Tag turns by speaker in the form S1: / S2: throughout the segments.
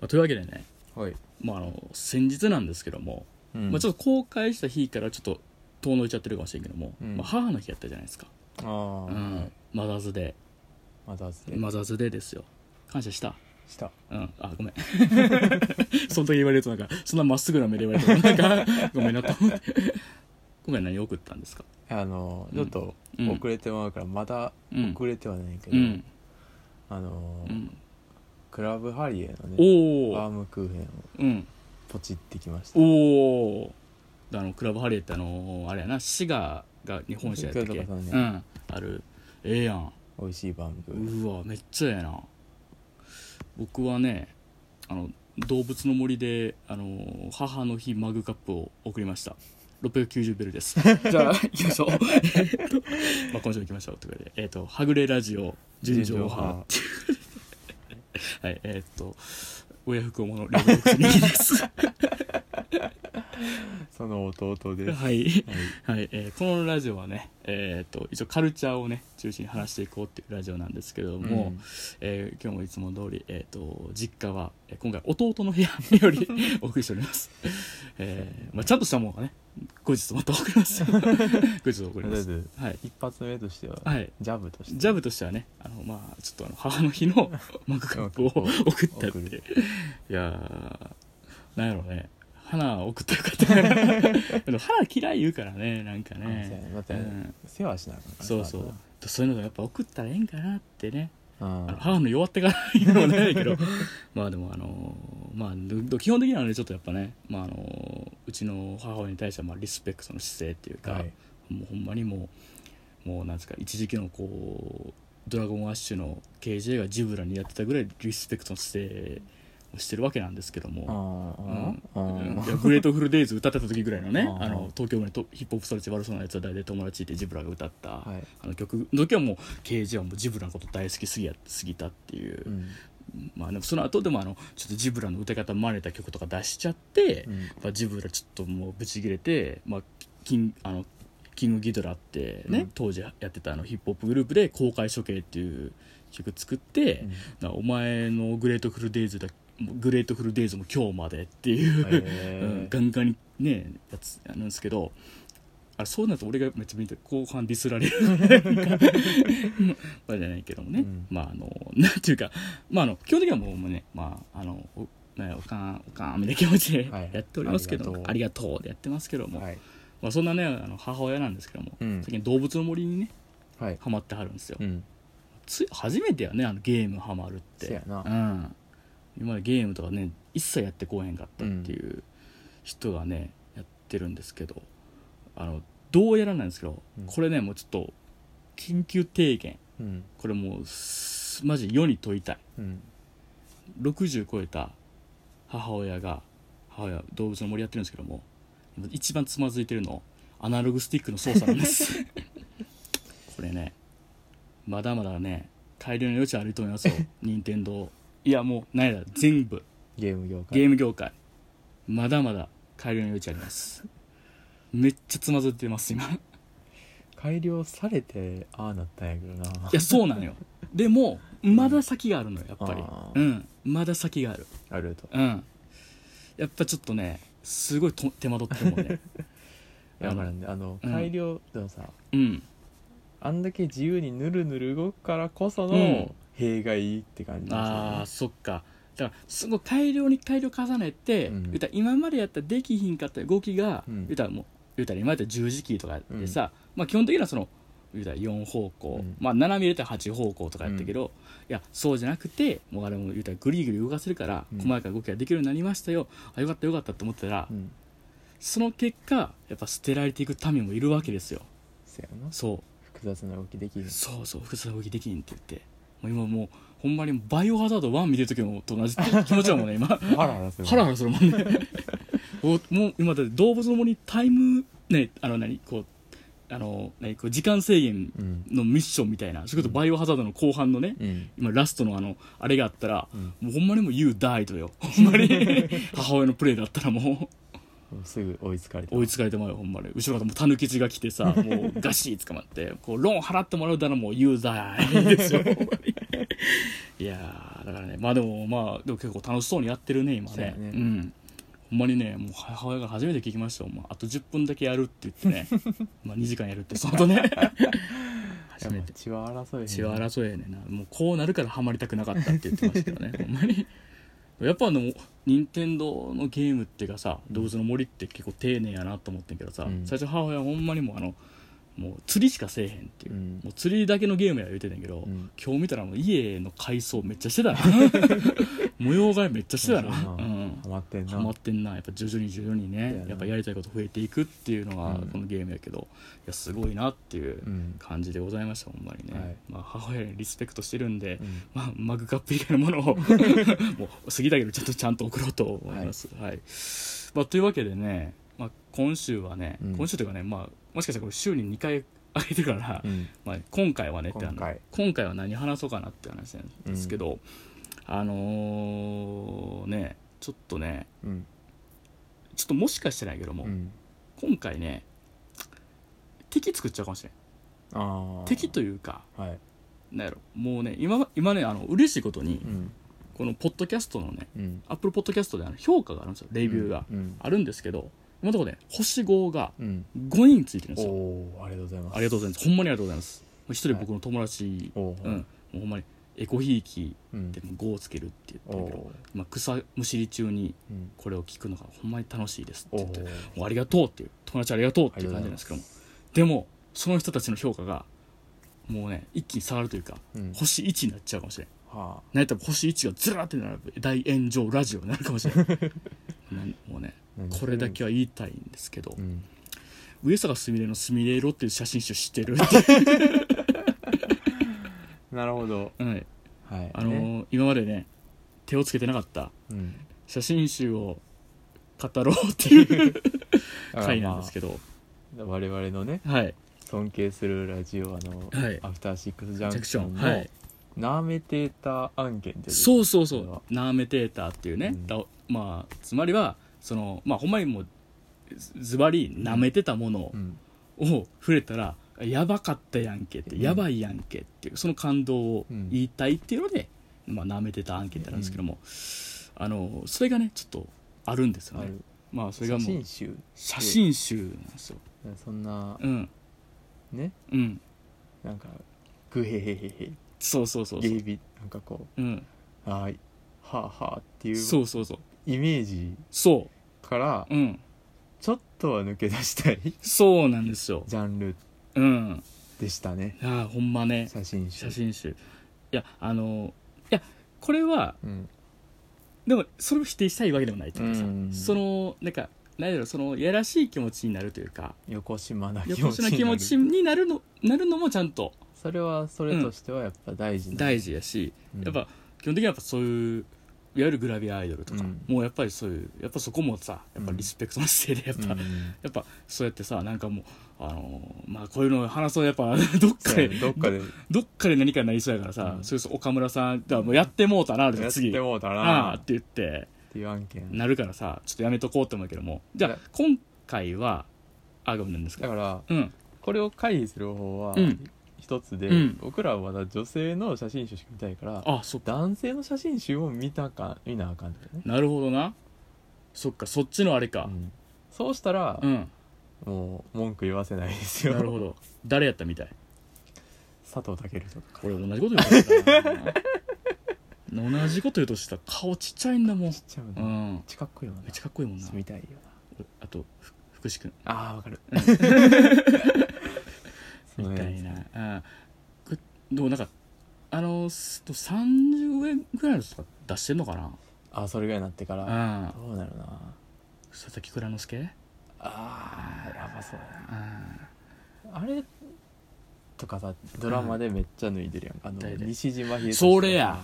S1: まあというわけでね、
S2: はい、
S1: まあ、あの先日なんですけども、
S2: うん
S1: まあ、ちょっと公開した日からちょっと遠のいちゃってるかもしれんけども、
S2: うん
S1: まあ、母の日やったじゃないですか、
S2: あ
S1: う
S2: ー
S1: ん、マザーズデ
S2: まだず
S1: ーマザーズデーですよ感謝した
S2: した
S1: うん、あ ごめんその時言われるとなんかそんなまっすぐな目で言われると なんかごめんなと思って今回何送ったんですか
S2: あのちょっと
S1: うん
S2: 遅れてもらうからまだ
S1: うん
S2: 遅れてはないけ
S1: う
S2: ど、
S1: ん、
S2: あの
S1: う
S2: ー
S1: ん、
S2: クラブハリエ
S1: お
S2: のねバー
S1: お
S2: ムクーヘンを
S1: うん
S2: ポチってきました
S1: おおあのクラブハリエってあのあれやな滋賀が日本社やったっけ、
S2: 東京とかそう
S1: う
S2: ね
S1: んあるええやん
S2: 美味しいバームクーヘン
S1: うわめっちゃええな僕はねあの動物の森であの母の日マグカップを送りました690ベルです じゃあ行 きましょうえっと、まあ、今週も行きましょうということで、えっと「はぐれラジオ純情派」はいえっと親不孝者両国国です
S2: その弟です、は
S1: はい
S2: い
S1: はいえーこのラジオはね、えー、と一応カルチャーをね中心に話していこうっていうラジオなんですけれども、
S2: うん
S1: えー今日もいつも通り、えー、と実家はえー今回弟の部屋よ りお送りしております、えーまあ、ちゃんとしたものがね後日また送ります 後日送り
S2: とり
S1: ま
S2: あえ
S1: す
S2: ず
S1: はい、
S2: 一発目としては、
S1: はい、
S2: ジャブとして
S1: ジャブとしてはねあの、まあ、ちょっとあの母の日 のマグカップを送ったって
S2: 送
S1: いう
S2: る
S1: いやーなんやろうね花送ってよかったから でも花嫌い言うからねなんか
S2: あそうや
S1: ね
S2: ねだって、
S1: うん
S2: 世話しなあかんから
S1: そうそうそういうのがやっぱ送ったらええんかなってね、
S2: あ
S1: あ
S2: なた
S1: の
S2: は
S1: 母の弱ってから言うのもないけど まあでもあのーまあど基本的にはねちょっとやっぱね、まああのーうちの母親に対してはまあリスペクトの姿勢っていう
S2: うん
S1: か、
S2: はい
S1: もうほんまにもうもうなんですか一時期のこう「ドラゴンアッシュ」の KJ がジブラにやってたぐらいリスペクトの姿勢をしてるわけなんですけども、
S2: あああ
S1: うんい
S2: あ
S1: やグレートフルデイズ歌ってた時ぐらいのね
S2: あー
S1: あの東京のとヒップホップストレッチ悪そうなやつは大体友達いてジブラが歌った、
S2: はい
S1: あの曲の時はもう KJ はもうジブラのこと大好きすぎやすぎたっていう、
S2: うん
S1: まあでもその後でもあのちょっとジブラの歌い方真似た曲とか出しちゃって、
S2: うん
S1: まあ、ジブラちょっともうブチ切れて、まあ、キンあのキングギドラってね、
S2: うん
S1: 当時やってたあのヒップホップグループで公開処刑っていう曲作って、
S2: うん
S1: なお前のグレートフルデイズだグレートフルデイズも今日までっていう、
S2: へー
S1: うんガンガンにねやつなんですけどあれそうなると俺がめっちゃ見て後半ディスられ るなんかまあじゃないけどもね、
S2: うん
S1: まああのなんていうかまああの基本的にはもうねまああのおねおかんおかんみたいな気持ちで
S2: はい
S1: やっておりますけど、あ
S2: あ
S1: り
S2: り
S1: がとうでやってますけども、
S2: はい
S1: まあ、そんなねあの母親なんですけども、
S2: うん
S1: 最近動物の森にね
S2: はい
S1: ハマってはるんですよ、
S2: うん
S1: つ初めてやねあのゲームハマるって
S2: せやな
S1: うん、今までゲームとかね一切やってこうへんかったっていう人がね、やってるんですけどあのどうやらないんですけど、
S2: うん
S1: これねもうちょっと緊急提言
S2: うん
S1: これもうすマジ世に問いたい
S2: うん
S1: 60超えた母親が母親動物の森やってるんですけども一番つまずいてるのアナログスティックの操作なんです これねまだまだね大量の余地あると思いますよ任天堂いやもう何やら全部
S2: ゲーム業界
S1: ゲーム業界まだまだ改良の余地ありますめっちゃつまずいてます今い
S2: 改良されてああなったんやけどな
S1: やそうなのよでもまだ先があるのよやっぱり
S2: あ
S1: う
S2: ー
S1: んまだ先 がある
S2: あると
S1: うんやっぱちょっとねすごいと手間取ってるもんね
S2: いやわからんねあの
S1: うん
S2: 改良でもさ
S1: うん
S2: あんだけ自由にぬるぬる動くからこそ
S1: うん
S2: の弊害って感じ
S1: ああ
S2: がす
S1: そっかだからすごい改良に改良重ねて、
S2: うん
S1: 言うたら今までやったらできひんかった動きが、
S2: うん
S1: 言うたらもう言うたら今までやったら十字キーとかでさ、まあ基本的にはその言うたら4方向、
S2: うん
S1: まあ斜め入れたら8方向とかやったけど、いやそうじゃなくてもうあれも言うたらグリグリ動かせるから、
S2: うん
S1: 細やかな動きができるようになりましたよあよかったよかったと思ってたら、
S2: るよねうん
S1: その結果やっぱ捨てられていく民もいるわけですよ
S2: せやな
S1: そう
S2: 複雑な動きできる
S1: そうそう複雑な動きできんって言ってもう今もうほんまにバイオハザード1見てる時もと同じ気持ちだもんね今
S2: ハラハラする
S1: ハラハラするもんねお もう今だって動物の森にタイムねあの何こうあの何こう時間制限
S2: うん
S1: のミッションみたいなそれこそバイオハザードの後半のね
S2: うん
S1: 今ラストのあのあれがあったら
S2: うん
S1: もうほんまにもう「You died」よほんまに 母親のプレイだったらも
S2: もうすぐ追いつかれ
S1: う
S2: た
S1: 追いつかれてもらうよほんまに後ろからもうタヌキチが来 てさもうガシッ捕まってこうローン払ってもらうだらもう「You died」ですよほんまにいやーだだからねまあでもまあでも結構楽しそうにやってるね今
S2: そうや
S1: ね
S2: ね
S1: んほんまにねもう母親が初めて聞きましたよ、まあ、あと10分だけやるって言 ってねまあ2時間やるってそのとね初めて
S2: 血は争いへん
S1: 血は争えねんなもうこうなるからハマりたくなかったって言ってましたけ どねほんまにやっぱあの任天堂のゲームっていうかさ「動物の森」って結構丁寧やなと思ってんけどさ、
S2: うん
S1: 最初母親はほんまにもうあのもう釣りしかせえへんっていう、
S2: うん
S1: もう釣りだけのゲームや言うてたんやけど、
S2: うん
S1: 今日見たらもう家の改装めっちゃして たな模様替えめっちゃしてたな、
S2: そう
S1: う
S2: やなんハマってんな
S1: ハマってんなやっぱ徐々に徐々に
S2: そう
S1: ね
S2: やな
S1: やっぱやりたいこと増えていくっていうのが
S2: うん
S1: このゲームやけど、いやすごいなっていう、
S2: うん
S1: 感じでございましたほんまにね、
S2: はい
S1: まあ、母親にリスペクトしてるんで、
S2: うん
S1: まあ、マグカップ以外の ものをもう過ぎたけどちょっとちゃんと送ろうと思います、はいまあ、というわけでね、まあ、今週はね、
S2: うん
S1: 今週というかね、まあ、もしかしたらこれ週に2回上げてるから、
S2: うん
S1: まあ、今回はねってあの
S2: 今回
S1: 今回は何話そうかなって話なんですけど、あのーねちょっとね
S2: うん
S1: ちょっともしかしてないけども、
S2: うん
S1: 今回ね敵作っちゃうかもしれない
S2: ああ
S1: 敵というか
S2: はい
S1: なんやろもうね今今ねあの嬉しいことに、
S2: うん
S1: このポッドキャストのね
S2: うん
S1: アップルポッドキャストであの評価があるんですよレビューが、
S2: うん
S1: あるんですけど今のところね星5が
S2: うん
S1: 5人ついてるんで
S2: お
S1: すよ
S2: おありがとうございます
S1: ありがとうございますほんまにありがとうございます一人
S2: はい
S1: 僕の友達、
S2: おお
S1: うんもうほんまにエコひいき
S2: うん
S1: でも5をつけるって言って
S2: お
S1: るけど、
S2: お
S1: まあ、草むしり中に
S2: うん
S1: これを聞くのがほんまに楽しいですって
S2: お
S1: 言っ
S2: お
S1: てもうありがとうっていう友達ありがとうっていう感じなんですけどもでもその人たちの評価がもうね一気に下がるというか
S2: うん
S1: 星1になっちゃうかもしれない
S2: は
S1: なんやったら星1がずらーって並ぶ大炎上ラジオになるかもしれないなんもうね
S2: あ
S1: これだけは言いたいんですけど
S2: うん
S1: 上坂すみれのすみれ色っていう写真集知ってる って
S2: なるほど
S1: はい
S2: はい
S1: あの
S2: ね
S1: ー今までね手をつけてなかった
S2: うん
S1: 写真集を語ろうっていう
S2: だから
S1: 回なんですけど、
S2: まあ我々のね
S1: はい
S2: 尊敬するラジオあの
S1: はい
S2: アフターシックスジ
S1: ジ
S2: ャ
S1: ャ
S2: ン
S1: ク
S2: ク
S1: シ
S2: シ
S1: ョ
S2: ョ
S1: ン
S2: ン
S1: は
S2: の
S1: い
S2: ナーメテーター案件って
S1: そうそうそ
S2: これは
S1: うナーメテーターっていうね、
S2: うん
S1: だまあつまりはそのまあほんまにもうずずばり舐めてたものを、
S2: うん
S1: を触れたらやばかったやんけって、
S2: うん
S1: やばいやんけっていうその感動を言いたいっていうので、まあ舐めてたアンケートなんですけども、あのそれがねちょっとあるんですよ
S2: あ
S1: ね
S2: る
S1: まあそれが
S2: 写
S1: もう
S2: 真集
S1: 写真集なんですよ
S2: そんな
S1: うん
S2: ね
S1: うん
S2: なんかグヘヘヘヘ
S1: そうそうそう
S2: ゲ
S1: そう
S2: イビなんかこ
S1: うん
S2: うはいはあはあっていう
S1: そうそうそう
S2: イメージ
S1: そ
S2: から
S1: ううん
S2: ちょっとは抜け出したい
S1: そうなんですよ
S2: ジャンル
S1: うん
S2: でしたね
S1: ああほんまね
S2: 写真集
S1: 写真集いやあのいやこれは
S2: うん
S1: でもそれを否定したいわけでもないというかさ、
S2: うん
S1: そのなんか何だろうそのやらしい気持ちになるというか
S2: 横島な気
S1: 横
S2: 持
S1: し
S2: ち
S1: な気持ち
S2: になる
S1: になるのなるのもちゃんと
S2: それはそれとしてはやっぱ大事な
S1: 大事やし、
S2: うん
S1: やっぱ基本的にはやっぱそういういわゆるグラビアアイドルとか、
S2: うん
S1: もうやっぱりそういうやっぱそこもさやっぱリスペクトの姿勢でやっぱ、
S2: う
S1: や
S2: ん
S1: っぱそうやってさなんかもうあのーまあこういうの話そうやっぱ どっか
S2: そう
S1: で
S2: やねどっかで
S1: どっかで何かになりそうやからさ、
S2: うん
S1: それこそ岡村さんだもうやってもうたなじゃ
S2: や
S1: あ
S2: って
S1: 次あ
S2: もうた
S1: あー
S2: なっ
S1: って言って
S2: ていう案件
S1: なるからさちょっとやめとこうって思うけどもじゃ
S2: い
S1: あ
S2: や
S1: 今回はあごめんなんですけ
S2: だ
S1: ど
S2: から
S1: うん
S2: これを回避する方法は
S1: うん
S2: 一つで、
S1: うん
S2: 僕らはまだ女性の写真集しか見たいから
S1: あそっか
S2: 男性の写真集も見たか見なあかんってことね、
S1: なるほどなそっかそっちのあれか
S2: うんそうしたら
S1: う、ん、
S2: もう文句言わせないですよ
S1: なるほど誰やったみたい
S2: 佐藤健とか
S1: 俺同じこと言うとしたな同じこと言うとした顔ちっちゃいんだもん
S2: ちっちゃいもん
S1: う
S2: なめっ
S1: ん
S2: ちゃかっこいいもん
S1: め
S2: な
S1: っちゃかっこいいもんな
S2: 住みたいよ
S1: あとふ福士君
S2: なああわ かる
S1: みたい
S2: な
S1: なあこれどうなんかあのすと30円ぐらいのとか出してんのかな
S2: あそれぐらいになってから
S1: あ
S2: どうなるな
S1: 佐々木蔵之介
S2: あーやばそうだ
S1: あ
S2: なあれとかさドラマでめっちゃ脱いでるやんかあの
S1: 誰で
S2: 西島秀俊とか
S1: それや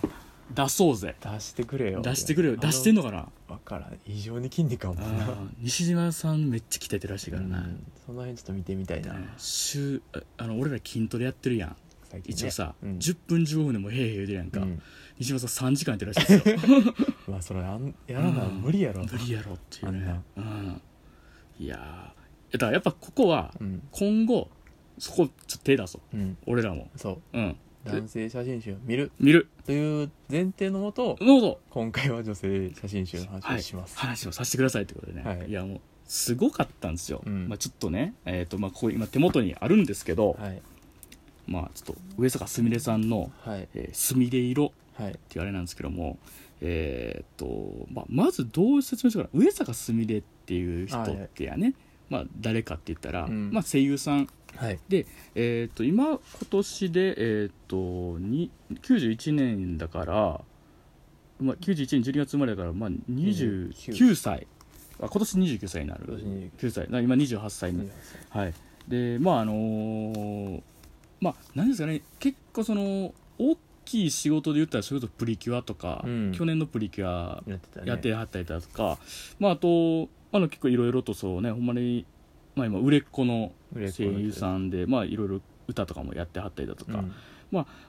S1: 出そうぜ
S2: 出してくれよ
S1: 出してくれよ出してん
S2: の
S1: のかな
S2: わからん異常に筋肉あんもんな
S1: あー西島さんめっちゃ鍛えてるらしいからな、
S2: うんその辺ちょっと見てみたいな
S1: 週ああの俺ら筋トレやってるやん
S2: 最近ね
S1: 一応さ、
S2: うん
S1: 10分15分でもへえへえ言うてるやんか、
S2: うん
S1: 西村さん3時間やってるらしいですよ
S2: うわそれあんやらな
S1: うん
S2: 無理やろ
S1: 無理やろっていうねうんいやーだからやっぱここは
S2: うん
S1: 今後そこちょっと手出そう
S2: うん
S1: 俺らも
S2: そう
S1: うん
S2: 男性写真集を見る
S1: 見る
S2: という前提のもと
S1: なるほど
S2: 今回は女性写真集の話をします、
S1: 話をさせてくださいってことでね、
S2: はい
S1: い、やもうすごかったんですよ、
S2: うん
S1: まあ、ちょっとね、えーとまあ、ここ今手元にあるんですけど、
S2: はい
S1: まあ、ちょっと上坂すみれさんの
S2: はい
S1: 「えーすみれ色」
S2: はい
S1: っていうあれなんですけどもえーっと、まあ、まずどう説明しようかな上坂すみれっていう人ってやね、まあ、誰かって言ったら、
S2: うん
S1: まあ、声優さん
S2: はい
S1: えーっと今今年でえーっとに91年だから、まあ、91年12月生まれだから、まあ、29歳あ今年29歳にな
S2: 今
S1: る
S2: 年29
S1: 9歳な今28歳になるはい、でまああのーまあ何ですかね結構その大きい仕事で言ったらそれこそプリキュアとか、
S2: うん
S1: 去年のプリキュア
S2: やってたね
S1: やってはったりだとか、まああとあの結構いろいろとそうねほんまに、まあ、今売れっ子の
S2: 売れっ子
S1: 声
S2: の人
S1: 優さんでまあいろいろ歌とかもやってはったりだとか、
S2: うん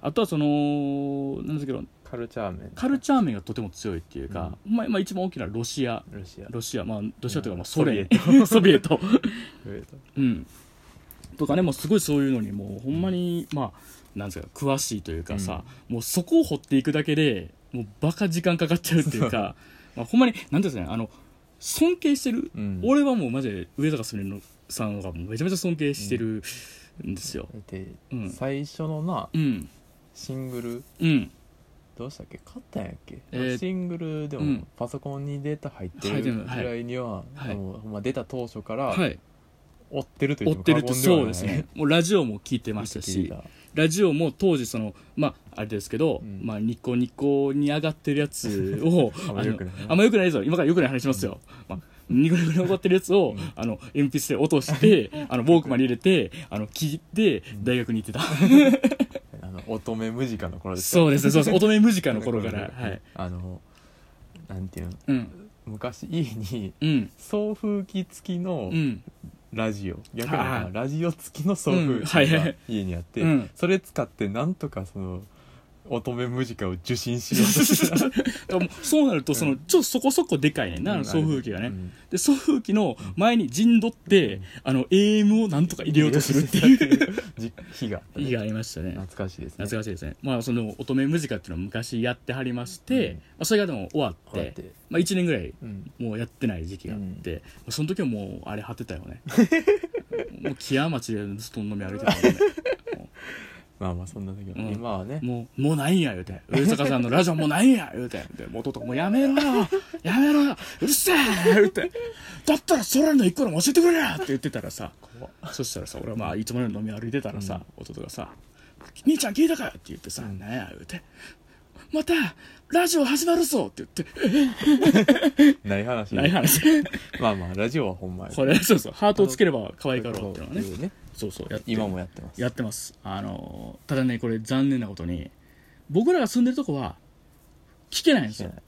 S1: あとはそのなんですけど
S2: カルチャー面
S1: カルチャー面がとても強いっていうか、まあ、まあ一番大きなロシア
S2: ロシア
S1: ロシアまあロシアというかまあ
S2: うん
S1: ソ連 ソビエト
S2: 増えた
S1: うん、とかねもうすごいそういうのにもうほんまに、まあなんですか詳しいというかさ、もうそこを掘っていくだけでもうバカ時間かかっちゃうっていう か、まあ、ほんまに何ていうんですかねあの尊敬してる、
S2: うん
S1: 俺はもうマジで上坂すみれのさんがめちゃめちゃ尊敬してるんですよ。
S2: だって
S1: うん
S2: 最初のな
S1: うん、
S2: シングル
S1: うん
S2: どうしたっけ買ったんやっけ、
S1: えー
S2: シングルで
S1: う
S2: も
S1: ん
S2: パソコンにデータ入って
S1: 入
S2: る
S1: って
S2: ぐ
S1: るはい
S2: らいには、
S1: はい
S2: もうほんま出た当初から
S1: はい、
S2: 追ってるとい
S1: 追
S2: う
S1: ってるとそうですねもうラジオも聞いてましたしラジオも当時そのまああれですけど、
S2: うん
S1: まあニコニコに上がってるやつを
S2: あんま良くない
S1: あのあんま良くないですよ今から良くない話しますよ、まあニコニコに上がってるやつを、
S2: うん
S1: あの鉛筆で落としてあのウォークマンに入れてあの聞いて
S2: うん
S1: 大学に行ってた、
S2: あの乙女ムジカの頃です
S1: そうですね そうです乙女ムジカ
S2: 女
S1: の頃からはい
S2: あのなんていうの
S1: うん
S2: 昔家に
S1: うん
S2: 送風機付きの
S1: うん
S2: ラジオ、逆に
S1: は
S2: ないラジオ付きの送
S1: うん
S2: 風
S1: はい
S2: 機
S1: は
S2: が
S1: い
S2: 家にあって、
S1: うん
S2: それ使ってなんとかその乙女ムジカを受信しようとしてた
S1: でもそうなるとその、
S2: うん
S1: ちょっとそこそこでかい ねんな、あの送風機がね、
S2: うん
S1: で送風機の前に陣取って、
S2: うん
S1: あの AM をなんとか入れようとするっていう
S2: う日があったね
S1: 意がありましたね
S2: 懐かしいですね
S1: 懐かしいですね、まあ、その乙女ムジカっていうのを昔やってはりまして、
S2: うん
S1: まあ、それがでも終わって
S2: 終わって
S1: まあ、1年ぐらい
S2: うん
S1: もうやってない時期があって、まあその時はもうあれ果てたよね もう木屋町でずっと飲み歩いてたもん ね
S2: まあまあそんな時は、
S1: うん
S2: 今はね
S1: もうもうないんや言うて上坂さんのラジオもうないんや言うてでもう弟がもうやめろよやめろようるせえ言うてだったら空の一個でも教えてくれよって言ってたらさそしたらさ俺はまあいつものように飲み歩いてたらさ、弟がさ「兄ちゃん聞いたか?」って言ってさ「
S2: うん
S1: なんや?」言うて「またラジオ始まるぞ!」って言って
S2: ない話
S1: ない話
S2: まあまあラジオはほんまや
S1: これそうそうハートをつければ可愛いかろうっていうのは
S2: そ
S1: ね
S2: うね
S1: そうそうやって
S2: 今もやってます
S1: やってますあのーただねこれ残念なことに僕らが住んでるとこは聞けないんですよ
S2: 聞けない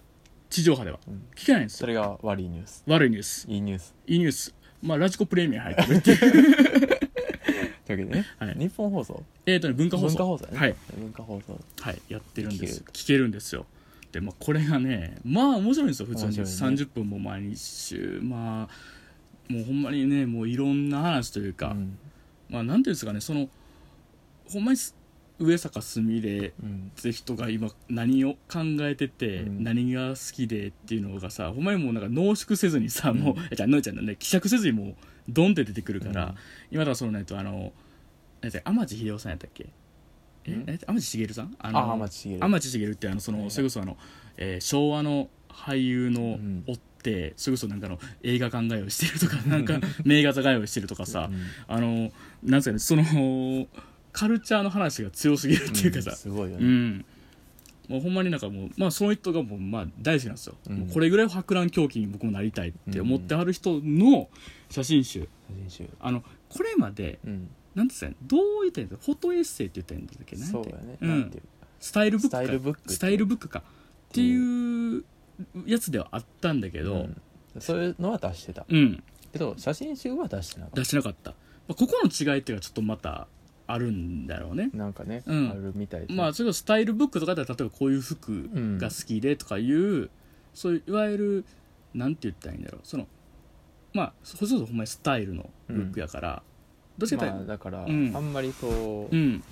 S1: 地上波では、
S2: うん
S1: 聞けないんです
S2: そ
S1: よ
S2: れが悪いニュース
S1: 悪いニュース
S2: いいニュース
S1: いいニュースまあラジコプレミアム入ってる っていう
S2: というわけでね、
S1: はい
S2: 日本放送
S1: えっとね文化放送
S2: 文化放送やね、
S1: はい、
S2: 文化放送
S1: はい、やってるんです
S2: 聞け
S1: 聞けるんですよで、まあ、これがねまあ面白いんですよ普通に、
S2: 面白いね
S1: 30分も毎週まあもうほんまにねもういろんな話というか、
S2: うん
S1: まあなんていうんですかねそのほんまにす上坂すみれ
S2: うん
S1: って人が今何を考えてて、
S2: うん
S1: 何が好きでっていうのがさほんまにもうなんか濃縮せずにさ、もう
S2: うん
S1: えじゃあのえちゃんのね希釈せずにもうドンって出てくるから、
S2: うん
S1: 今だからそのねえっとあのなんて天地秀夫さんやったっけえ
S2: うん
S1: え天地茂さんあの
S2: あ天地茂
S1: 天地茂ってあのそ
S2: はいは
S1: の
S2: い
S1: それこそあの、えー昭和の俳優の
S2: ん
S1: 追って、それこそなんかあの映画考えをしてるとかなんか名画考えをしてるとかさ、
S2: うん
S1: あのなんですかねそのカルチャーの話が強すぎるっていうかさ、
S2: んすごいよ
S1: う
S2: ね、
S1: ん、もうほんまになんかもう、まあ、その人がもうまあ大好きなんですよ、
S2: うん
S1: もうこれぐらい博覧狂気に僕もなりたいって思ってはる人の写真集、
S2: 写真集
S1: あのこれまで
S2: うん
S1: なんて言ったらいいのどう言ったらいいのフォトエッセイって言ったらいいんだっけなん
S2: そう
S1: て
S2: やね、
S1: うん
S2: なんていう
S1: スタイルブック
S2: ス
S1: か
S2: タイルブック
S1: スタイルブックかっていうやつではあったんだけど、うん
S2: うんそういうのは出してたけど写真集は出してなかっ
S1: 出してなかった、まあ、ここの違いっていうのはちょっとまたあるんだろうね
S2: たなんかね、
S1: うん
S2: あるみたいですね
S1: まあそれこそスタイルブックとかだったら例えばこういう服
S2: うん
S1: が好きでとかいう、そういういわゆるなんて言ったらいいんだろうそのまあそれこそほんまにスタイルのブックやから、どっちかっていう
S2: まあ
S1: と
S2: だから、
S1: うん
S2: あんまりそ
S1: う
S2: う、
S1: ん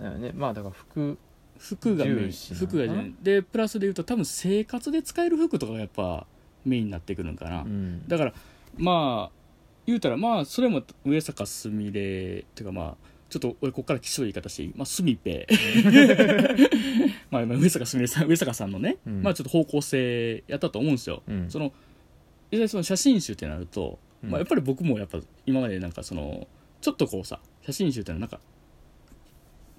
S2: だよねまあだから服
S1: 服がメイン
S2: 重視なのか
S1: 服
S2: な
S1: がじゃないでプラスで言うと多分生活で使える服とかがやっぱメインになってくるんかな、
S2: うん
S1: だからまあ言うたらまあそれも上坂すみれっていうかまあちょっと俺こっからきしょい言い方していいまあすみ ぺまあまあ上坂すみれさん上坂さんのね、
S2: うん
S1: まあちょっと方向性やったと思うんですよ、
S2: うん
S1: その実際その写真集ってなると、
S2: うん
S1: まあ、やっぱり僕もやっぱ今までなんかそのちょっとこうさ写真集ってのはなんか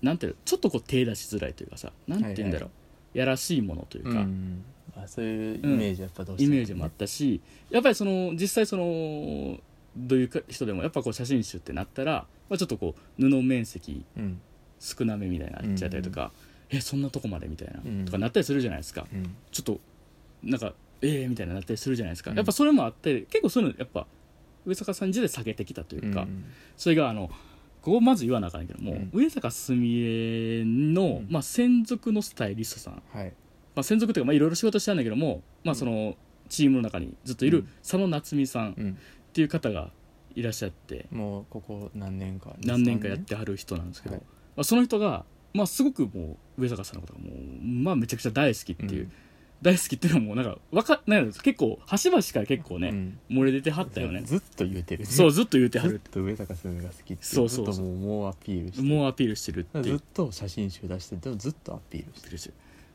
S1: なんていうのちょっとこう手出しづらいというかさなんて言うんだろう、やらしいものというか、
S2: うんまあ、そういうイメージはやっぱどうして
S1: イ
S2: も
S1: メージもあったしやっぱりその実際そのどういうか人でもやっぱこう写真集ってなったら、まあ、ちょっとこう布面積
S2: うん
S1: 少なめみたいになっちゃったりとか、えそんなとこまでみたいな、
S2: うん
S1: とかなったりするじゃないですか
S2: うん
S1: ちょっとなんかええー、みたいななったりするじゃないですか、
S2: うん
S1: やっぱそれもあって結構そういうのやっぱ上坂さん自体下げてきたというか、
S2: うん
S1: それがあのここまず言わなあかんけども、
S2: うん
S1: 上坂すみれの、
S2: うん
S1: まあ、専属のスタイリストさん
S2: はい
S1: まあ、専属というかまあいろいろ仕事したんだけども、まあ、そのチームの中にずっというる
S2: ん
S1: 佐野夏実さんっ
S2: うん
S1: ていう方がいらっしゃって
S2: もうここ何年か
S1: 何年かやってはる人なんですけど、
S2: はい
S1: まあ、その人が、まあ、すごくもう上坂さんのことがもう、まあ、めちゃくちゃ大好きっていう、大好きっていうのもなんかわかなんか結構端々から結構
S2: う
S1: ね、
S2: ん
S1: 漏れ出てはったよね
S2: ずっと言うてる
S1: そう
S2: ず
S1: ずっと言うては
S2: っ
S1: る
S2: と上坂すみれが好きって
S1: そうそうそう
S2: ずっともう猛アピールして
S1: もうアピールしてるってい
S2: ず
S1: う
S2: っと写真集出してでもずっとアピールして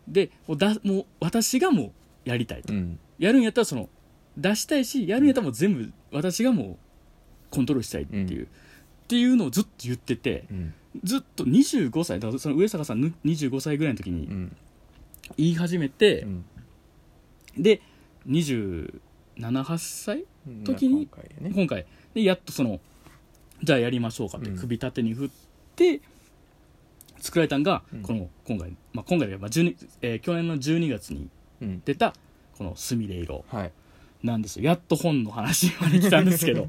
S1: でもうだもう私がもうやりたいと
S2: うん
S1: やるんやったらその出したいしやるんやったらもう全部私がもうコントロールしたいっていう、
S2: う
S1: っていうのをずっと言ってて
S2: うん
S1: ずっと25歳だからその上坂さんぬ25歳ぐらいの時に
S2: うん
S1: 言い始めて
S2: う、ん
S1: で278歳
S2: うん
S1: 時に
S2: 今回ね
S1: 今回でやっとそのじゃあやりましょうかって
S2: うん
S1: 首立てに振って作られたんが、
S2: うん
S1: この今回、まあ、今回で、まあ12えー去年の12月に
S2: うん
S1: 出たこの「すみれ色」
S2: はい
S1: なんですよやっと本の話まで来たんですけ ど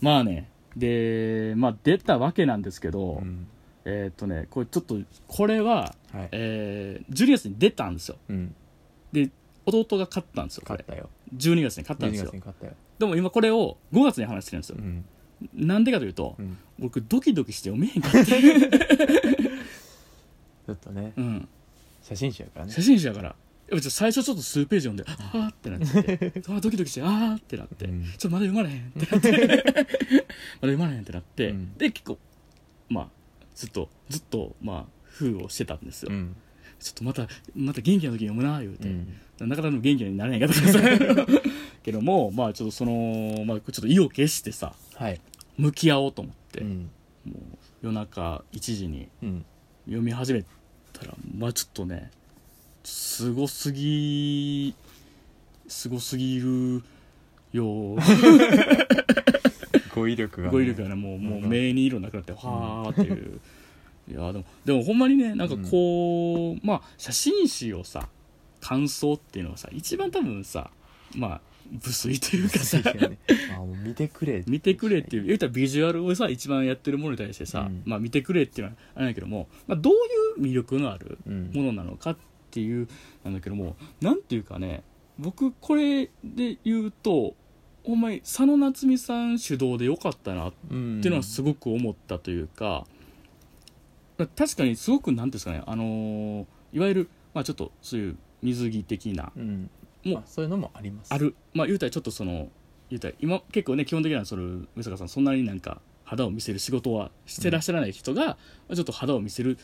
S1: まあねでまあ出たわけなんですけど、
S2: うん
S1: えーっとねこれちょっとこれは、
S2: はい
S1: えー、12月に出たんですよ
S2: うん
S1: 弟が勝ったんですよこ
S2: 勝
S1: れ
S2: ったよ
S1: 12月に勝ったん
S2: 12
S1: です
S2: 月
S1: よ
S2: に勝ったよ
S1: でも今これを5月に話してるんですよ
S2: う、ん
S1: なんでかというと、
S2: うん
S1: 僕ドキドキして読めへん かった、
S2: ずっとね
S1: うん、
S2: 写真集やからね
S1: 写真集やからやっぱちょっと最初ちょっと数ページ読んであーってなっちゃって あードキドキしてあーってなって、
S2: うん
S1: ちょっとまだ読まれへんってな ってまだ読まれへんってなって、
S2: うん
S1: で結構まあずっとずっとまあ封をしてたんですよ、
S2: うん
S1: ちょっとまたまた元気な時に読むなー言う
S2: う
S1: て、
S2: ん
S1: なかなか元気になれへんかったです けどもまあちょっとその、まあ、ちょっと意を決してさ
S2: はい
S1: 向き合おうと思って、
S2: うん
S1: もう夜中1時に
S2: うん
S1: 読み始めたらまあちょっとねすごすぎすごすぎるよ
S2: 語彙力 が
S1: 語彙 力がねもうもう
S2: なんか
S1: 目に色なくなってはーっていう、 いやーでもでもほんまにねなんかこう、まあ写真集をさ感想っていうのはさ一番多分さまあ無粋というか さ
S2: そうですよねあもう見てくれ
S1: 見てくれっていう言うたらビジュアルをさ一番やってるものに対してさ、
S2: うん
S1: まあ見てくれっていうのはあれだけども、まあ、どういう魅力のある
S2: うん
S1: ものなのかっていうなんだけどもなんていうかね僕これで言うとほんまに佐野夏実さん主導でよかったなっ
S2: うん
S1: ていうのはすごく思ったというか、まあ確かにすごくなんていうんですかねあのーいわゆる、まあ、ちょっとそういう水着的な
S2: うん
S1: もう
S2: あそういうのもあります
S1: あるまあ言うたらちょっとその言うたら今結構ね基本的にはその上坂さんそんなになんか肌を見せる仕事はしてらっしゃらない人が、まあちょっと肌を見せる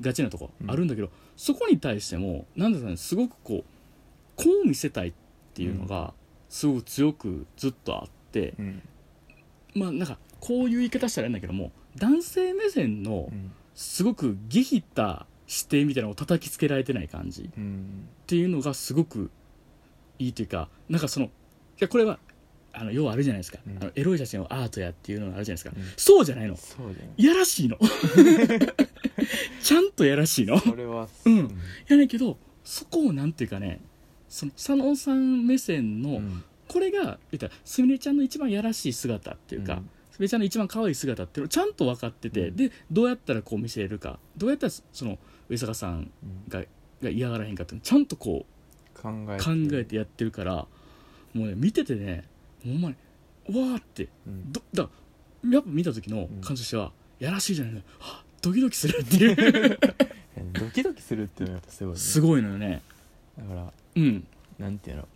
S1: がちなとこあるんだけど、そこに対してもなんだろうねすごくこうこう見せたいっていうのがすごく強くずっとあって、
S2: うん
S1: まあなんかこういう言い方したらいいんだけども男性目線の
S2: うん
S1: すごく下品た視点みたいなのを叩きつけられてない感じ
S2: うん
S1: っていうのがすごくいいというかなんかそのいやこれはあの要はあるじゃないですか、
S2: うん
S1: あのエロい写真をアートやっていうのがあるじゃないですか、
S2: うん
S1: そうじゃないの
S2: そうだよね
S1: いやら しいのちゃんとやらしいの
S2: それは
S1: うんやねんけどそこをなんていうかねその佐野さん目線の、
S2: うん
S1: これが言ったらすみれちゃんの一番やらしい姿っていうか、
S2: うん
S1: すみれちゃんの一番可愛い姿っていうのをちゃんと分かってて、
S2: うん
S1: でどうやったらこう見せれるかどうやったらその上坂さん
S2: うん
S1: がが嫌がらへんかっていうのをちゃんとこう
S2: 考え
S1: 考えてやってるからもうね見ててねほんまにうわーって
S2: うん
S1: どだやっぱ見た時の感じとしては、やらしいじゃないのはっドキドキするっていう
S2: ドキドキするっていうのがすごい、ね、
S1: すごいのよね
S2: だから
S1: うん
S2: なんていうの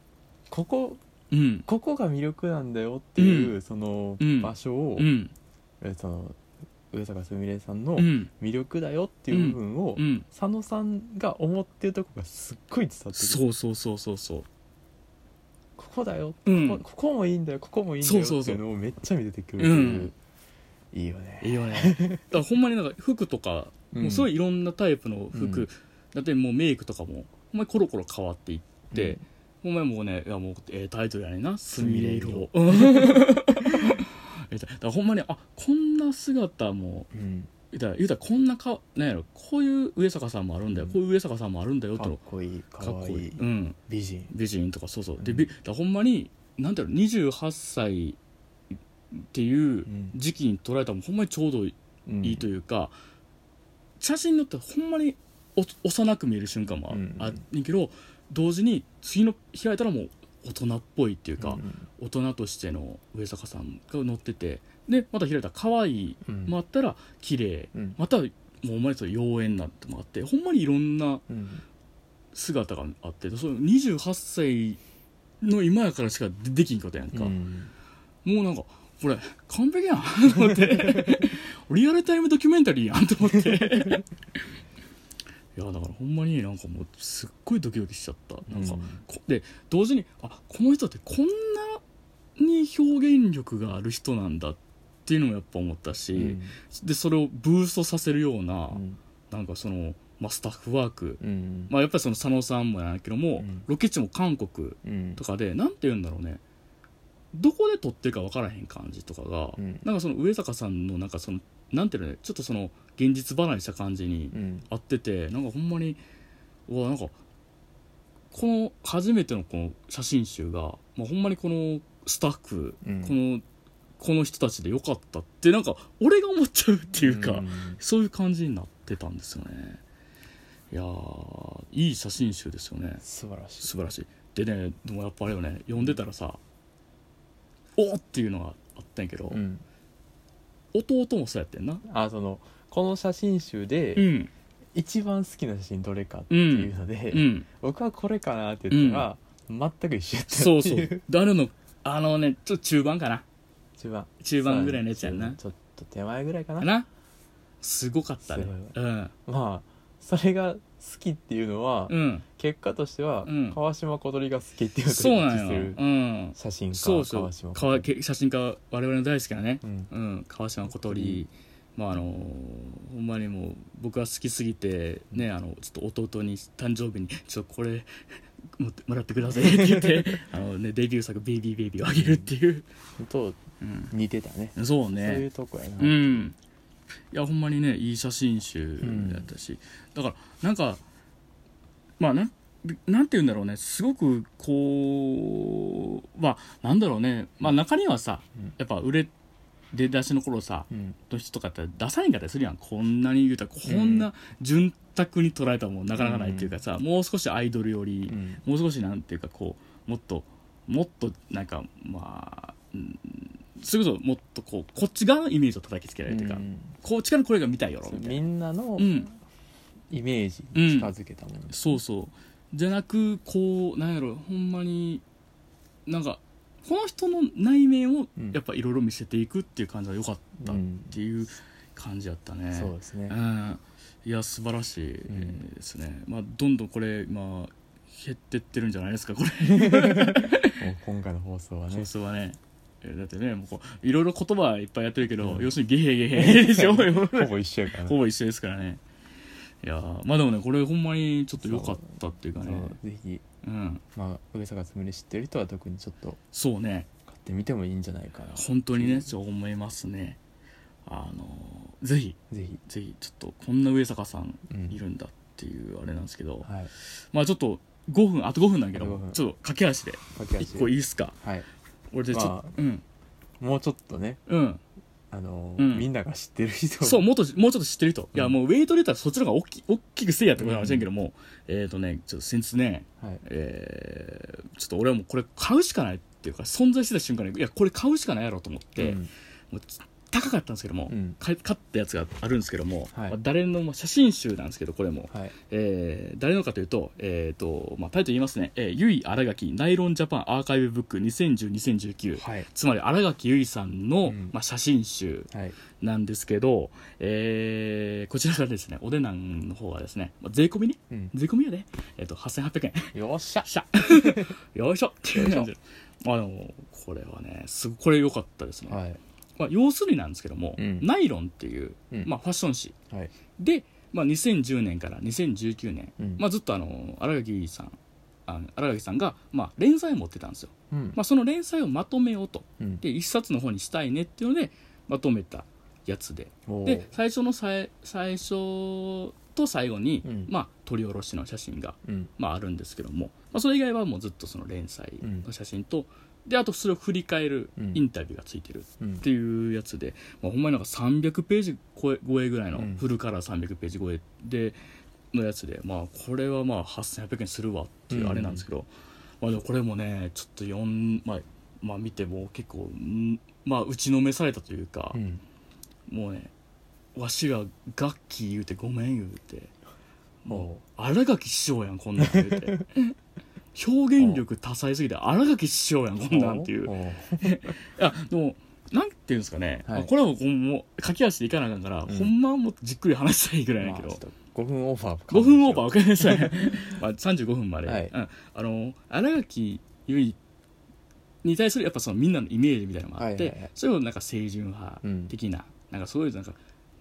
S2: ここ
S1: うん
S2: ここが魅力なんだよっていう、
S1: うん
S2: その
S1: うん
S2: 場所を、
S1: うん
S2: えその上坂すみれさん
S1: う
S2: の
S1: ん
S2: 魅力だよっていう部分を、
S1: うん
S2: 佐野さんが思ってるとこがすっごい伝わってくる
S1: そうそうそうそうそう
S2: ここだよ、
S1: うん
S2: ここここもいいんだよここもいいんだよって
S1: そうそうそ
S2: いううのをめっちゃ見てくる、
S1: うん
S2: いいよね
S1: いいよねだからほんまになんか服とか、
S2: うん
S1: もうすごいいろんなタイプの服、
S2: うん
S1: だってもうメイクとかもほんまにコロコロ変わっていって、
S2: うん
S1: ほんまにもうねいやもうええタイトルやねんな「すみれ色」 えだからほんまにあこんな姿も
S2: うん
S1: 言うたら言うたらこんなかなんやろこういう上坂さんもあるんだよ、
S2: うん
S1: こういう上坂さんもあるんだよ
S2: かっ
S1: と
S2: こいいかわいい
S1: うん、
S2: 美人
S1: 美人とかそうそう、で
S2: うん
S1: びだからほんまになんだろう28歳っていう
S2: うん
S1: 時期に捉えたらもうほんまにちょうどいいいいと
S2: いう
S1: いうか、写真によってはほんまにお幼く見える瞬間もあ,、
S2: うん
S1: あんねんけど同時に次の開いたらもう大人っぽいっていうか、大人としての上坂さんが乗っててでまた開いたら可愛い
S2: うん
S1: もあったら綺麗
S2: うん
S1: またもうお前と妖艶なんてもあってほんまにいろんな
S2: うん
S1: 姿があってそういう28歳の今やからしかでできんことやんか、
S2: うん
S1: もうなんかこれ完璧やんと思って リアルタイムドキュメンタリーやんと思って いやだからほんまになんかもうすっごいドキドキしちゃったなんか、こで同時にあこの人ってこんなに表現力がある人なんだっていうのもやっぱ思ったし、
S2: うん
S1: でそれをブーストさせるような、
S2: うん
S1: なんかその、まあ、スタッフワーク、
S2: うん
S1: まあ、やっぱりその佐野さんもやけども、
S2: うん
S1: ロケ地も韓国
S2: うん
S1: とかでなんて言うんだろうねどこで撮ってるか分からへん感じとかが、
S2: うん
S1: なんかその上坂さんのなんかそのなんていうのねちょっとその現実離れした感じに
S2: うん
S1: 合っててなんかほんまにうわなんかこの初めてのこの写真集が、まあ、ほんまにこのスタッフ、
S2: うん
S1: このこの人たちでよかったってなんか俺が思っちゃうっていうか、
S2: ん
S1: そういう感じになってたんですよねいやーいい写真集ですよね
S2: 素晴らしい
S1: 素晴らしいでねでもやっぱあれよね読んでたらさおっっていうのがあったんやけど、
S2: うん
S1: 弟もそうやってんな
S2: あそのこの写真集
S1: う
S2: で
S1: ん
S2: 一番好きな写真どれかっていうので、
S1: うん
S2: 僕はこれかなって言ったら、全く一緒やったって
S1: そ
S2: いう
S1: そう誰のあのねちょっと中盤かな
S2: 中盤
S1: 中盤ぐらいのやつやんな
S2: ちょっと手前ぐらいかな
S1: なすごかったね
S2: すごい
S1: うん
S2: まあそれが好きっていうのは、
S1: うん
S2: 結果としては、
S1: うん
S2: 川島小鳥が好きっていう
S1: そうな
S2: す
S1: のよ
S2: る
S1: うん
S2: 写真家
S1: そうそう
S2: 川島
S1: かわけ写真家我々の大好きなね
S2: うん
S1: うん、川島小鳥、まああのほんまにもう僕は好きすぎてねあのちょっと弟に誕生日に 「ちょっとこれ持ってもらってくだ さい」って言ってあの、ね、デビュー作「ベイビーベイビー」をあげるっていう、
S2: と
S1: うん
S2: 似てたね
S1: そう
S2: そういう
S1: ね
S2: とこやな、
S1: うんいやほんまにねいい写真集だったし、だからなんかまあなんなんて言うんだろうねすごくこうまあなんだろうねまあ中にはさ
S2: うん
S1: やっぱ売れ出だしの頃さ、
S2: うん
S1: の人とかってダサいんかったりするやんこんなに言うたらこんな潤沢に捉えたもんなかなかないっていうかさ、もう少しアイドルより
S2: う、ん
S1: もう少しなんていうかこうもっともっとなんかまあ、うん、それこそもっとこうこっち側のイメージを叩きつけられるというか、
S2: うん
S1: こっち側の声が見たいやろみたい
S2: み
S1: なん
S2: なの
S1: うん
S2: イメージに近づけたもの、
S1: そうそうじゃなくこうなんやろほんまになんかこの人の内面を
S2: うん
S1: やっぱいろいろ見せていくっていう感じが良かったっ
S2: うん
S1: ていう感じやったね、
S2: そうですね
S1: うん、いや素晴らしい
S2: ん
S1: ですね、まあ、どんどんこれ、まあ、減ってってるんじゃないですかこれ
S2: もう今回の放送はね
S1: 放送はねえだってねもうこういろいろ言葉いっぱいやってるけど、
S2: うん
S1: 要するにゲヘゲヘでしょ
S2: ほぼ一緒やからな
S1: ほぼ一緒ですからねいやーまあでもねこれほんまにちょっと良かったっていうかね
S2: そうぜひ、
S1: うん
S2: まあ、上坂すみれ知ってる人は特にちょっと
S1: そうね
S2: 買ってみてもいいんじゃないかな
S1: 本当にねそう思いますねあのーぜひ
S2: ぜひ、
S1: ぜひちょっとこんな上坂さん
S2: うん
S1: いるんだっていうあれなんですけど、
S2: はい
S1: まあちょっと5分あと5分なんだけ
S2: あと
S1: ど
S2: 5分
S1: ちょっと駆け足で
S2: 駆け
S1: 一個いいっすか
S2: はい
S1: 俺でちょっと、
S2: まあ
S1: うん
S2: もうちょっとね
S1: うん
S2: あのー
S1: うん
S2: みんなが知ってる人
S1: そうもっともうちょっと知ってる人、いや
S2: うん
S1: もうウェイトで言ったらそっちの方が大き大きくせいやってことかもしれんけども、えっ、ー、とねちょっと先日ね
S2: はい
S1: えーちょっと俺はもうこれ買うしかないっていうか存在してた瞬間にいやこれ買うしかないやろと思って、
S2: うん
S1: もう高かったんですけども、
S2: うん
S1: か買ったやつがあるんですけども、
S2: はい
S1: まあ誰のまあ写真集なんですけどこれも、
S2: はい
S1: えー誰のかというと,、えーとまあ、タイトル言いますね「えー、ゆい新垣ナイロンジャパンアーカイブブック2010-2019」
S2: はい
S1: つまり新垣結衣さんの、
S2: うん
S1: まあ、写真集
S2: はい
S1: なんですけど、えーこちらがですねお値段の方がですね、まあ、税込みね
S2: うん
S1: 税込みやで、えー、と8800円
S2: よっしゃ
S1: しゃよいしょっていう感じであのこれはねすごこれ良かったですね、
S2: はい
S1: まあ、要するになんですけども、
S2: うん
S1: ナイロンっていう、
S2: うん
S1: まあ、ファッション誌
S2: はい
S1: で、まあ、2010年から2019年、
S2: うん
S1: まあ、ずっとあの新垣さんあの新垣さんが、まあ、連載を持ってたんですよ、
S2: うん
S1: まあ、その連載をまとめようと
S2: うん
S1: で一冊の方にしたいねっていうのでまとめたやつで
S2: おー
S1: で最初のさい最初と最後に、
S2: うん
S1: まあ、撮り下ろしの写真が、
S2: うん
S1: まあ、あるんですけども、まあ、それ以外はもうずっとその連載の写真と、であとそれを振り返る
S2: うん
S1: インタビューがついてる
S2: うん
S1: っていうやつで、まあ、ほんまになんか300ページ超え超えぐらいの、
S2: うん
S1: フルカラー300ページ超えでのやつで、まあ、これはまあ8800円するわっていうあれなんですけど、まあ、でもこれもねちょっと4、まあまあ、見ても結構、んまあ、打ちのめされたというか
S2: う、ん
S1: もうねわしらガッキー言うてごめん言うても
S2: お
S1: う新垣師匠やんこんなん言う て表現力多彩すぎて新垣師匠やんこんなんっていう
S2: おー
S1: いやでもなんていうんですかね、
S2: はい
S1: あこれはもうもう駆け足でいかなあかんから、
S2: うん
S1: ほんまはもうじっくり話したいぐらい
S2: ま
S1: や
S2: あ
S1: け
S2: ち
S1: ど、
S2: ょっと5分オーバー
S1: 5分オーバーわかりましたね まあ35分まで、
S2: はい
S1: うん、あの新垣結衣に対するやっぱそのみんなのイメージみたいなのもあって、
S2: はいはいはい
S1: それをなんか清純派
S2: うん
S1: 的な、なんかそういうなんか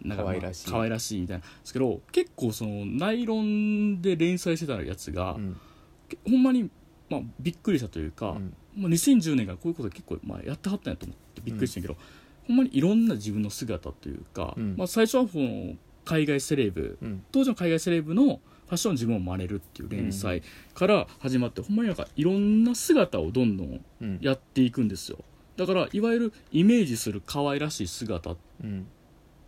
S1: なんかまあ
S2: 可愛らしい
S1: 可愛らしいみたいなんですけど結構そのナイロンで連載してたやつが、
S2: うん
S1: けほんまに、まあ、びっくりしたというか、
S2: うん
S1: まあ、2010年からこういうこと結構、まあ、やってはったんやと思ってびっくりしたんやけど、ほんまにいろんな自分の姿というか、
S2: うん
S1: まあ、最初はこの海外セレブ
S2: うん
S1: 当時の海外セレブのファッションを自分を真似るっていう連載から始まって、ほんまになんかいろんな姿をどんどん
S2: うん
S1: やっていくんですよだからいわゆるイメージする可愛らしい姿だ
S2: うん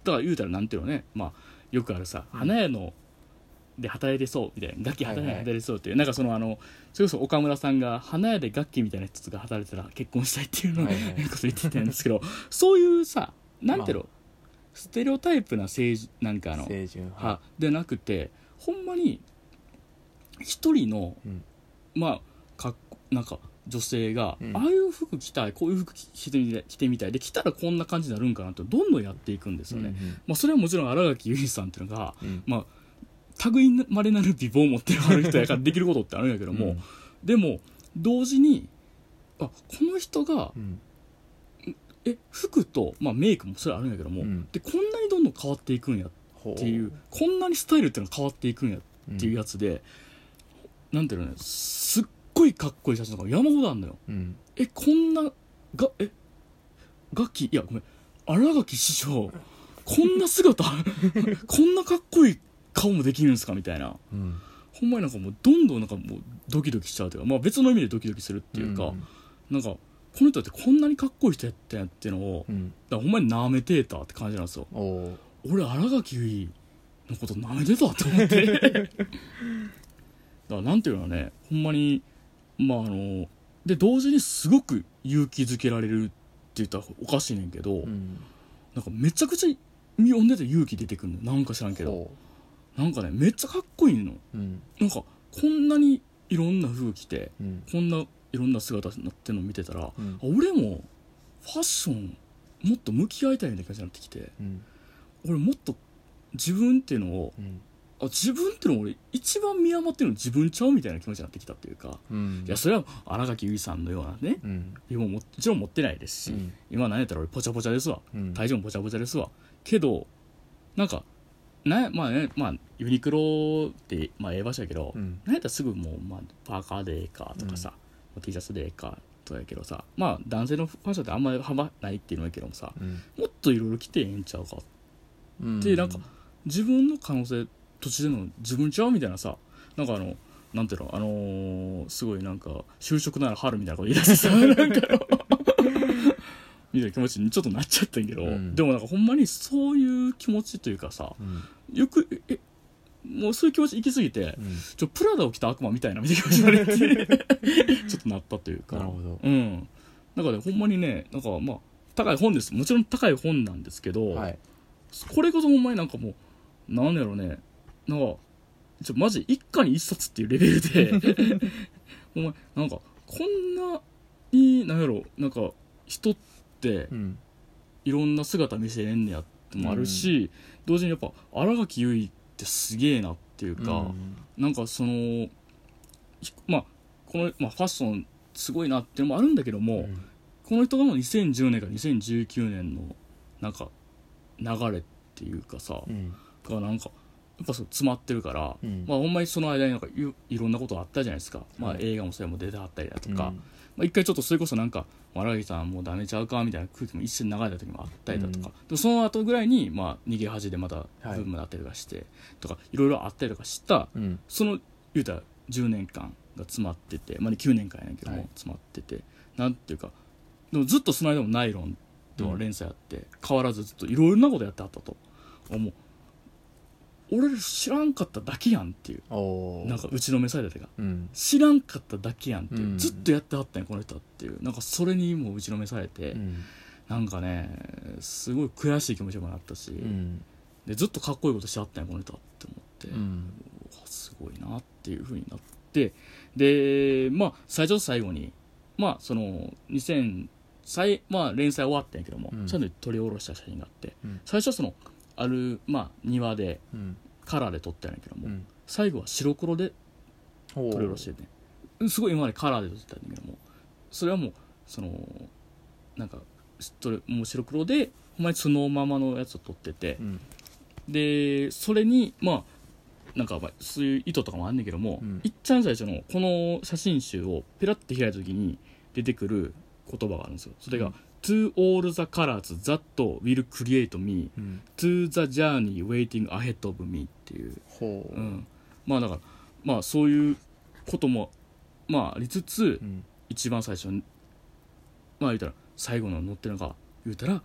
S1: から言うたらなんていうのね、まあ、よくあるさ
S2: うん
S1: 花屋ので働いてそうみたいな楽器
S2: はいは
S1: 働
S2: い
S1: いて働いてそうっていう、なんかそのあのそれこそ岡村さんが花屋で楽器みたいな人が働いてたら結婚したいっていうのを
S2: はいはい
S1: いう こと言ってたんですけどそういうさなんていうの、
S2: ま
S1: ステレオタイプな政治なんかあの
S2: 清純派
S1: はでなくてほんまに一人の、
S2: うん
S1: まあかっこなんか女性が、
S2: うん
S1: ああいう服着たいこういう服着てみたい着てみたいで着たらこんな感じになるんかなとどんどんやっていくんですよね、まあ、それはもちろん新垣結衣さんっていうのが
S2: うんうん
S1: 類いまれなる美貌を持ってる人やからできることってあるんやけども、でも同時にあこの人が
S2: うん
S1: え服と、まあ、メイクもそれあるんやけども、
S2: うん
S1: でこんなにどんどん変わっていくんや
S2: ほ
S1: っていうこんなにスタイルっていうのは変わっていくんやっていうやつで、なんていうのねすっごいかっこいい写真とか山ほどあんのよ
S2: うん
S1: えこんながえ楽器いやごめん新垣師匠こんな姿 こんなかっこいい顔もできるんですかみたいな
S2: うん
S1: ほんまになんかもうどんどんなんかもうドキドキしちゃうというか、まあ、別の意味でドキドキするっていうか、なんかこの人ってこんなにかっこいい人やったんやっていうのを
S2: うんうん
S1: だからほんまに舐めてたって感じなんですよ
S2: おおー
S1: 俺新垣結衣のこと舐めてたと思って だからなんていうのはねほんまにまああので同時にすごく勇気づけられるって言ったらおかしいねんけど、
S2: うん
S1: なんかめちゃくちゃ読んでて勇気出てくるのなんか知らんけど
S2: ほ
S1: なんかねめっちゃかっこいいの
S2: ううん
S1: なんかこんなにいろんな服着て
S2: うん
S1: こんないろんな姿になってるの見てたら、
S2: うん
S1: 俺もファッションもっと向き合いたいみたいな感じになってきて
S2: うん
S1: 俺もっと自分っていうのを
S2: うん
S1: あ自分ってのは俺一番見余ってるの自分ちゃうみたいな気持ちになってきたっていうか、
S2: うん
S1: いやそれは荒垣結衣さんのようなね
S2: うん
S1: 今ももちろん持ってないですし、
S2: うん
S1: 今何やったら俺ポチャポチャですわ
S2: うん
S1: 体重もポチャポチャですわけどなんかなまあねまあユニクロって、まあ、ええ場所やけど、
S2: うん
S1: なんやったらすぐもう、まあ、パーカーでええかとかさ、まあ T シャツでええかとかやけどさまあ男性のファッションってあんまり幅ないっていうのやけどもさ
S2: うん
S1: もっといろいろ着てええんちゃうか
S2: うん
S1: でなんか自分の可能性土地での自分ちゃうみたいなさなんかあのなんていうのあのーすごいなんか就職なら春みたいなこと言い出してさ なんかあのみたいな気持ちにちょっとなっちゃったんやけど、
S2: うん
S1: でもなんかほんまにそういう気持ちというかさ
S2: うん
S1: よくええもうそういう気持ち行き過ぎて
S2: うん
S1: ちょプラダを着た悪魔みたいなみたいな気持ちになれ てちょっとなったというか
S2: なるほど
S1: うん、なんかねほんまにねなんかまあ高い本ですもちろん高い本なんですけど、
S2: はい
S1: これこそほんまになんかもうなんやろねなんかちょマジ一家に一冊っていうレベルで お前なんかこんなになんやろなんか人って
S2: うん
S1: いろんな姿見せれんねやってもあるし、同時にやっぱ新垣結衣ってすげえなっていうか、
S2: うん
S1: なんかそのひまあこの、まあ、ファッションすごいなっていうのもあるんだけども、
S2: うん
S1: この人がもう2010年から2019年のなんか流れっていうかさ、
S2: うん
S1: がなんかやっぱそう詰まってるから、
S2: うん
S1: まあほんまにその間になんかいいろんなことあったじゃないですか、まあ
S2: はい
S1: 映画もそれも出てはったりだとか、まあ、一回ちょっとそれこそなんか「荒木さんもうダメちゃうか」みたいな空気も一瞬流れた時もあったりだとか、でもその後ぐらいにまあ逃げ恥でまたブームだったりとかして、とかいろいろあったりとかした
S2: うんうん
S1: その言うたら10年間が詰まってて、まあ、9年間やねんけども、
S2: はい
S1: 詰まっててなんていうかでもずっとその間もナイロンと連載やって、変わらずずっといろんなことやってはったと思う俺ら知らんかっただけやんっていう
S2: おー
S1: なんか打ちのめされた手が
S2: うん
S1: 知らんかっただけやんっていう、
S2: うん
S1: ずっとやってはったんやこの人はっていうなんかそれにもう打ちのめされて、
S2: うん
S1: なんかねすごい悔しい気持ちもなったし、
S2: うん
S1: でずっとかっこいいことしてはったんやこの人はって思って、
S2: うん
S1: うわすごいなっていうふうになってでまあ最初と最後にまあその2000最まあ連載終わったんやけども、
S2: うん
S1: ちゃんと撮り下ろした写真があって、
S2: うん
S1: 最初はそのある、まあ、庭で
S2: うん
S1: カラーで撮ったんやけども、
S2: うん
S1: 最後は白黒で
S2: おー
S1: 撮り下ろしてて、うんすごい今までカラーで撮ってたんだけどもそれはもうそのなんかそれもう白黒でほんまにそのままのやつを撮ってて、
S2: うん
S1: でそれにまあなんかまあそういう意図とかもあんねんけども、
S2: うん
S1: いっちゃん最初のこの写真集をペラッて開いた時に出てくる言葉があるんですよそれが、
S2: うん
S1: To all the colors that will create me
S2: うん
S1: To the journey waiting ahead of me っていう、
S2: ほ
S1: う、
S2: うん
S1: まあだからまあそういうこともまあありつつ、
S2: うん
S1: 一番最初にまあ言うたら最後の載ってるのが言うたら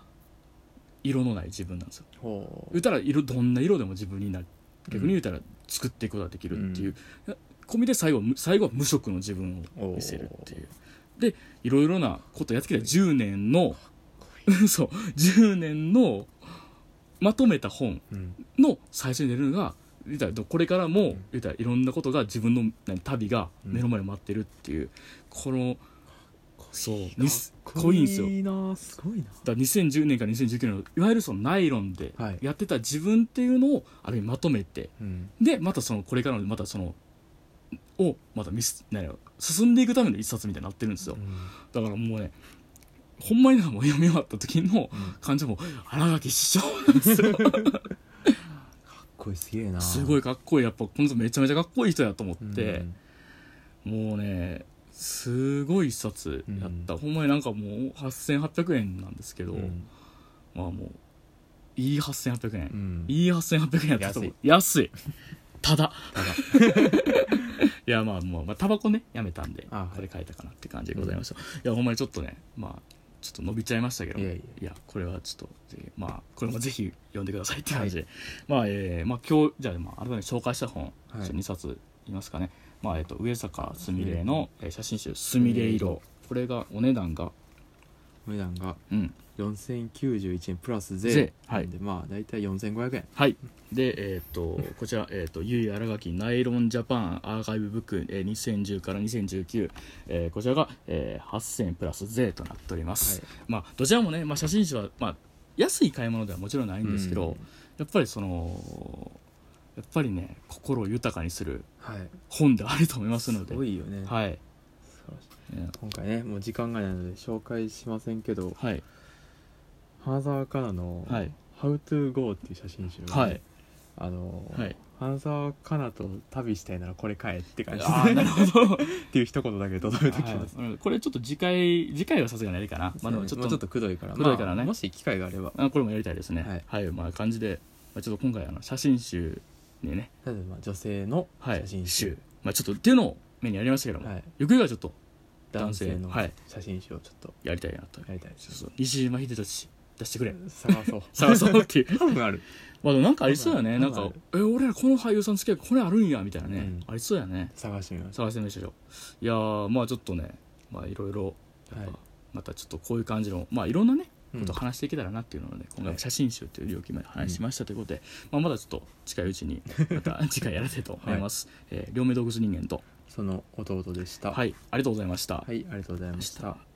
S1: 色のない自分なんですよ
S2: ほう
S1: 言ったら色どんな色でも自分になる逆に言ったら作っていくことができるっていう、込みで最後は無最後は無色の自分を見せるっていうでいろいろなことやってきた10年の そう10年のまとめた本
S2: うん
S1: の最初に出るのが言ったらこれからも言ったらいろんなことが自分の何旅が目の前に待ってるっていうこのそうにすかっこいいんですよ
S2: かっこいいなすごいな
S1: だから2010年から2019年のいわゆるそのナイロンで
S2: はい
S1: やってた自分っていうのをある意味まとめて
S2: うん
S1: でまたそのこれからのまたそのをまた見すなんやろ進んでいくための一冊みたいになってるんですよ
S2: うん
S1: だからもうねほんまになんかもう読み終わった時の
S2: うん
S1: 感情も荒垣師匠なんですよ
S2: かっこいいすげえな
S1: すごい
S2: っ
S1: かっこいいやっぱこの人めちゃめちゃかっこいい人やと思って、もうねすごい一冊やった、ほんまになんかもう8800円なんですけど、
S2: うん
S1: まあもういい8800円、
S2: うん
S1: いい8800円やったと思う安いただいやまあもう、まあ、タバコねやめたんで
S2: あはい
S1: これ書いたかなって感じでございました、いやほんまにちょっとねまあちょっと伸びちゃいましたけど
S2: いやいや
S1: これはちょっとぜひまあこれもぜひ読んでくださいって感じで、まあえーまあ今日じゃあ、まあ、改めて紹介した本、
S2: はい
S1: 2冊言いますかね、まあえっと上坂すみれのえー写真集「すみれ色」これがお値段が
S2: お値段が
S1: うん
S2: 4091円プラス税
S1: 税はい
S2: なんでまあ大体4500円
S1: はい。で、えっ、と、こちら、えっ、と、ゆいあらがきナイロンジャパンアーカイブブック、えー、2010から2019、えーこちらが、えー8000プラス税となっております。
S2: は
S1: まあ、どちらもね、まあ、写真集は、まあ、安い買い物ではもちろんないんですけど、
S2: うん
S1: やっぱりその、やっぱりね、心を豊かにする
S2: はい
S1: 本であると思いますので、
S2: ごいよね
S1: はい。
S2: 素晴らしい
S1: えー
S2: 今回ねもう時間がないので紹介しませんけど
S1: はい。
S2: 花澤香菜の
S1: はい。
S2: 「How to Go」っていう写真集がね
S1: はい。
S2: あのー
S1: はい。
S2: 花澤香菜と旅したいならこれ買えって感じ
S1: ああ、なるほど。
S2: っていう一言だけ届いてきます、
S1: はいこれちょっと次回、次回はさすがにあれかな。まあ、でもちょっ
S2: ま
S1: と
S2: あちょっとくどいから
S1: くどいからね
S2: まあもし機会があれば
S1: あこれもやりたいですねはい、まあ感じで、まあ、ちょっと今回あの写真集にね、
S2: 例えば女性の
S1: はい、
S2: 写真集、
S1: まあちょっとっていうのを目にやりましたけども、
S2: はい、
S1: ゆくゆくはちょっと男
S2: 男
S1: 性
S2: 性
S1: の
S2: の写真集をちょっと
S1: やりたいなと
S2: やりたいで
S1: そ
S2: す
S1: うそう西島秀俊出してくれ
S2: 探 そう
S1: 探そうって いう
S2: 多分ある
S1: まあでもなんかありそうやね
S2: な
S1: なんん
S2: か
S1: か「え俺らこの俳優さん好きやけどこれあるんや」みたいなね、
S2: うん
S1: ありそうやね
S2: 探してみまし
S1: 探してみましょういやーまあちょっとねまあいろいろ
S2: たはい
S1: またちょっとこういう感じのまあいろんなねことを話していけたらなっていうので、ね今回は写真集という領域まで話しましたということで、まあ、まだちょっと近いうちにまた次回やらせと思います、えー両目洞窟人間と
S2: その弟でした
S1: はいありがとうございました、
S2: はい、ありがとうございました
S1: ました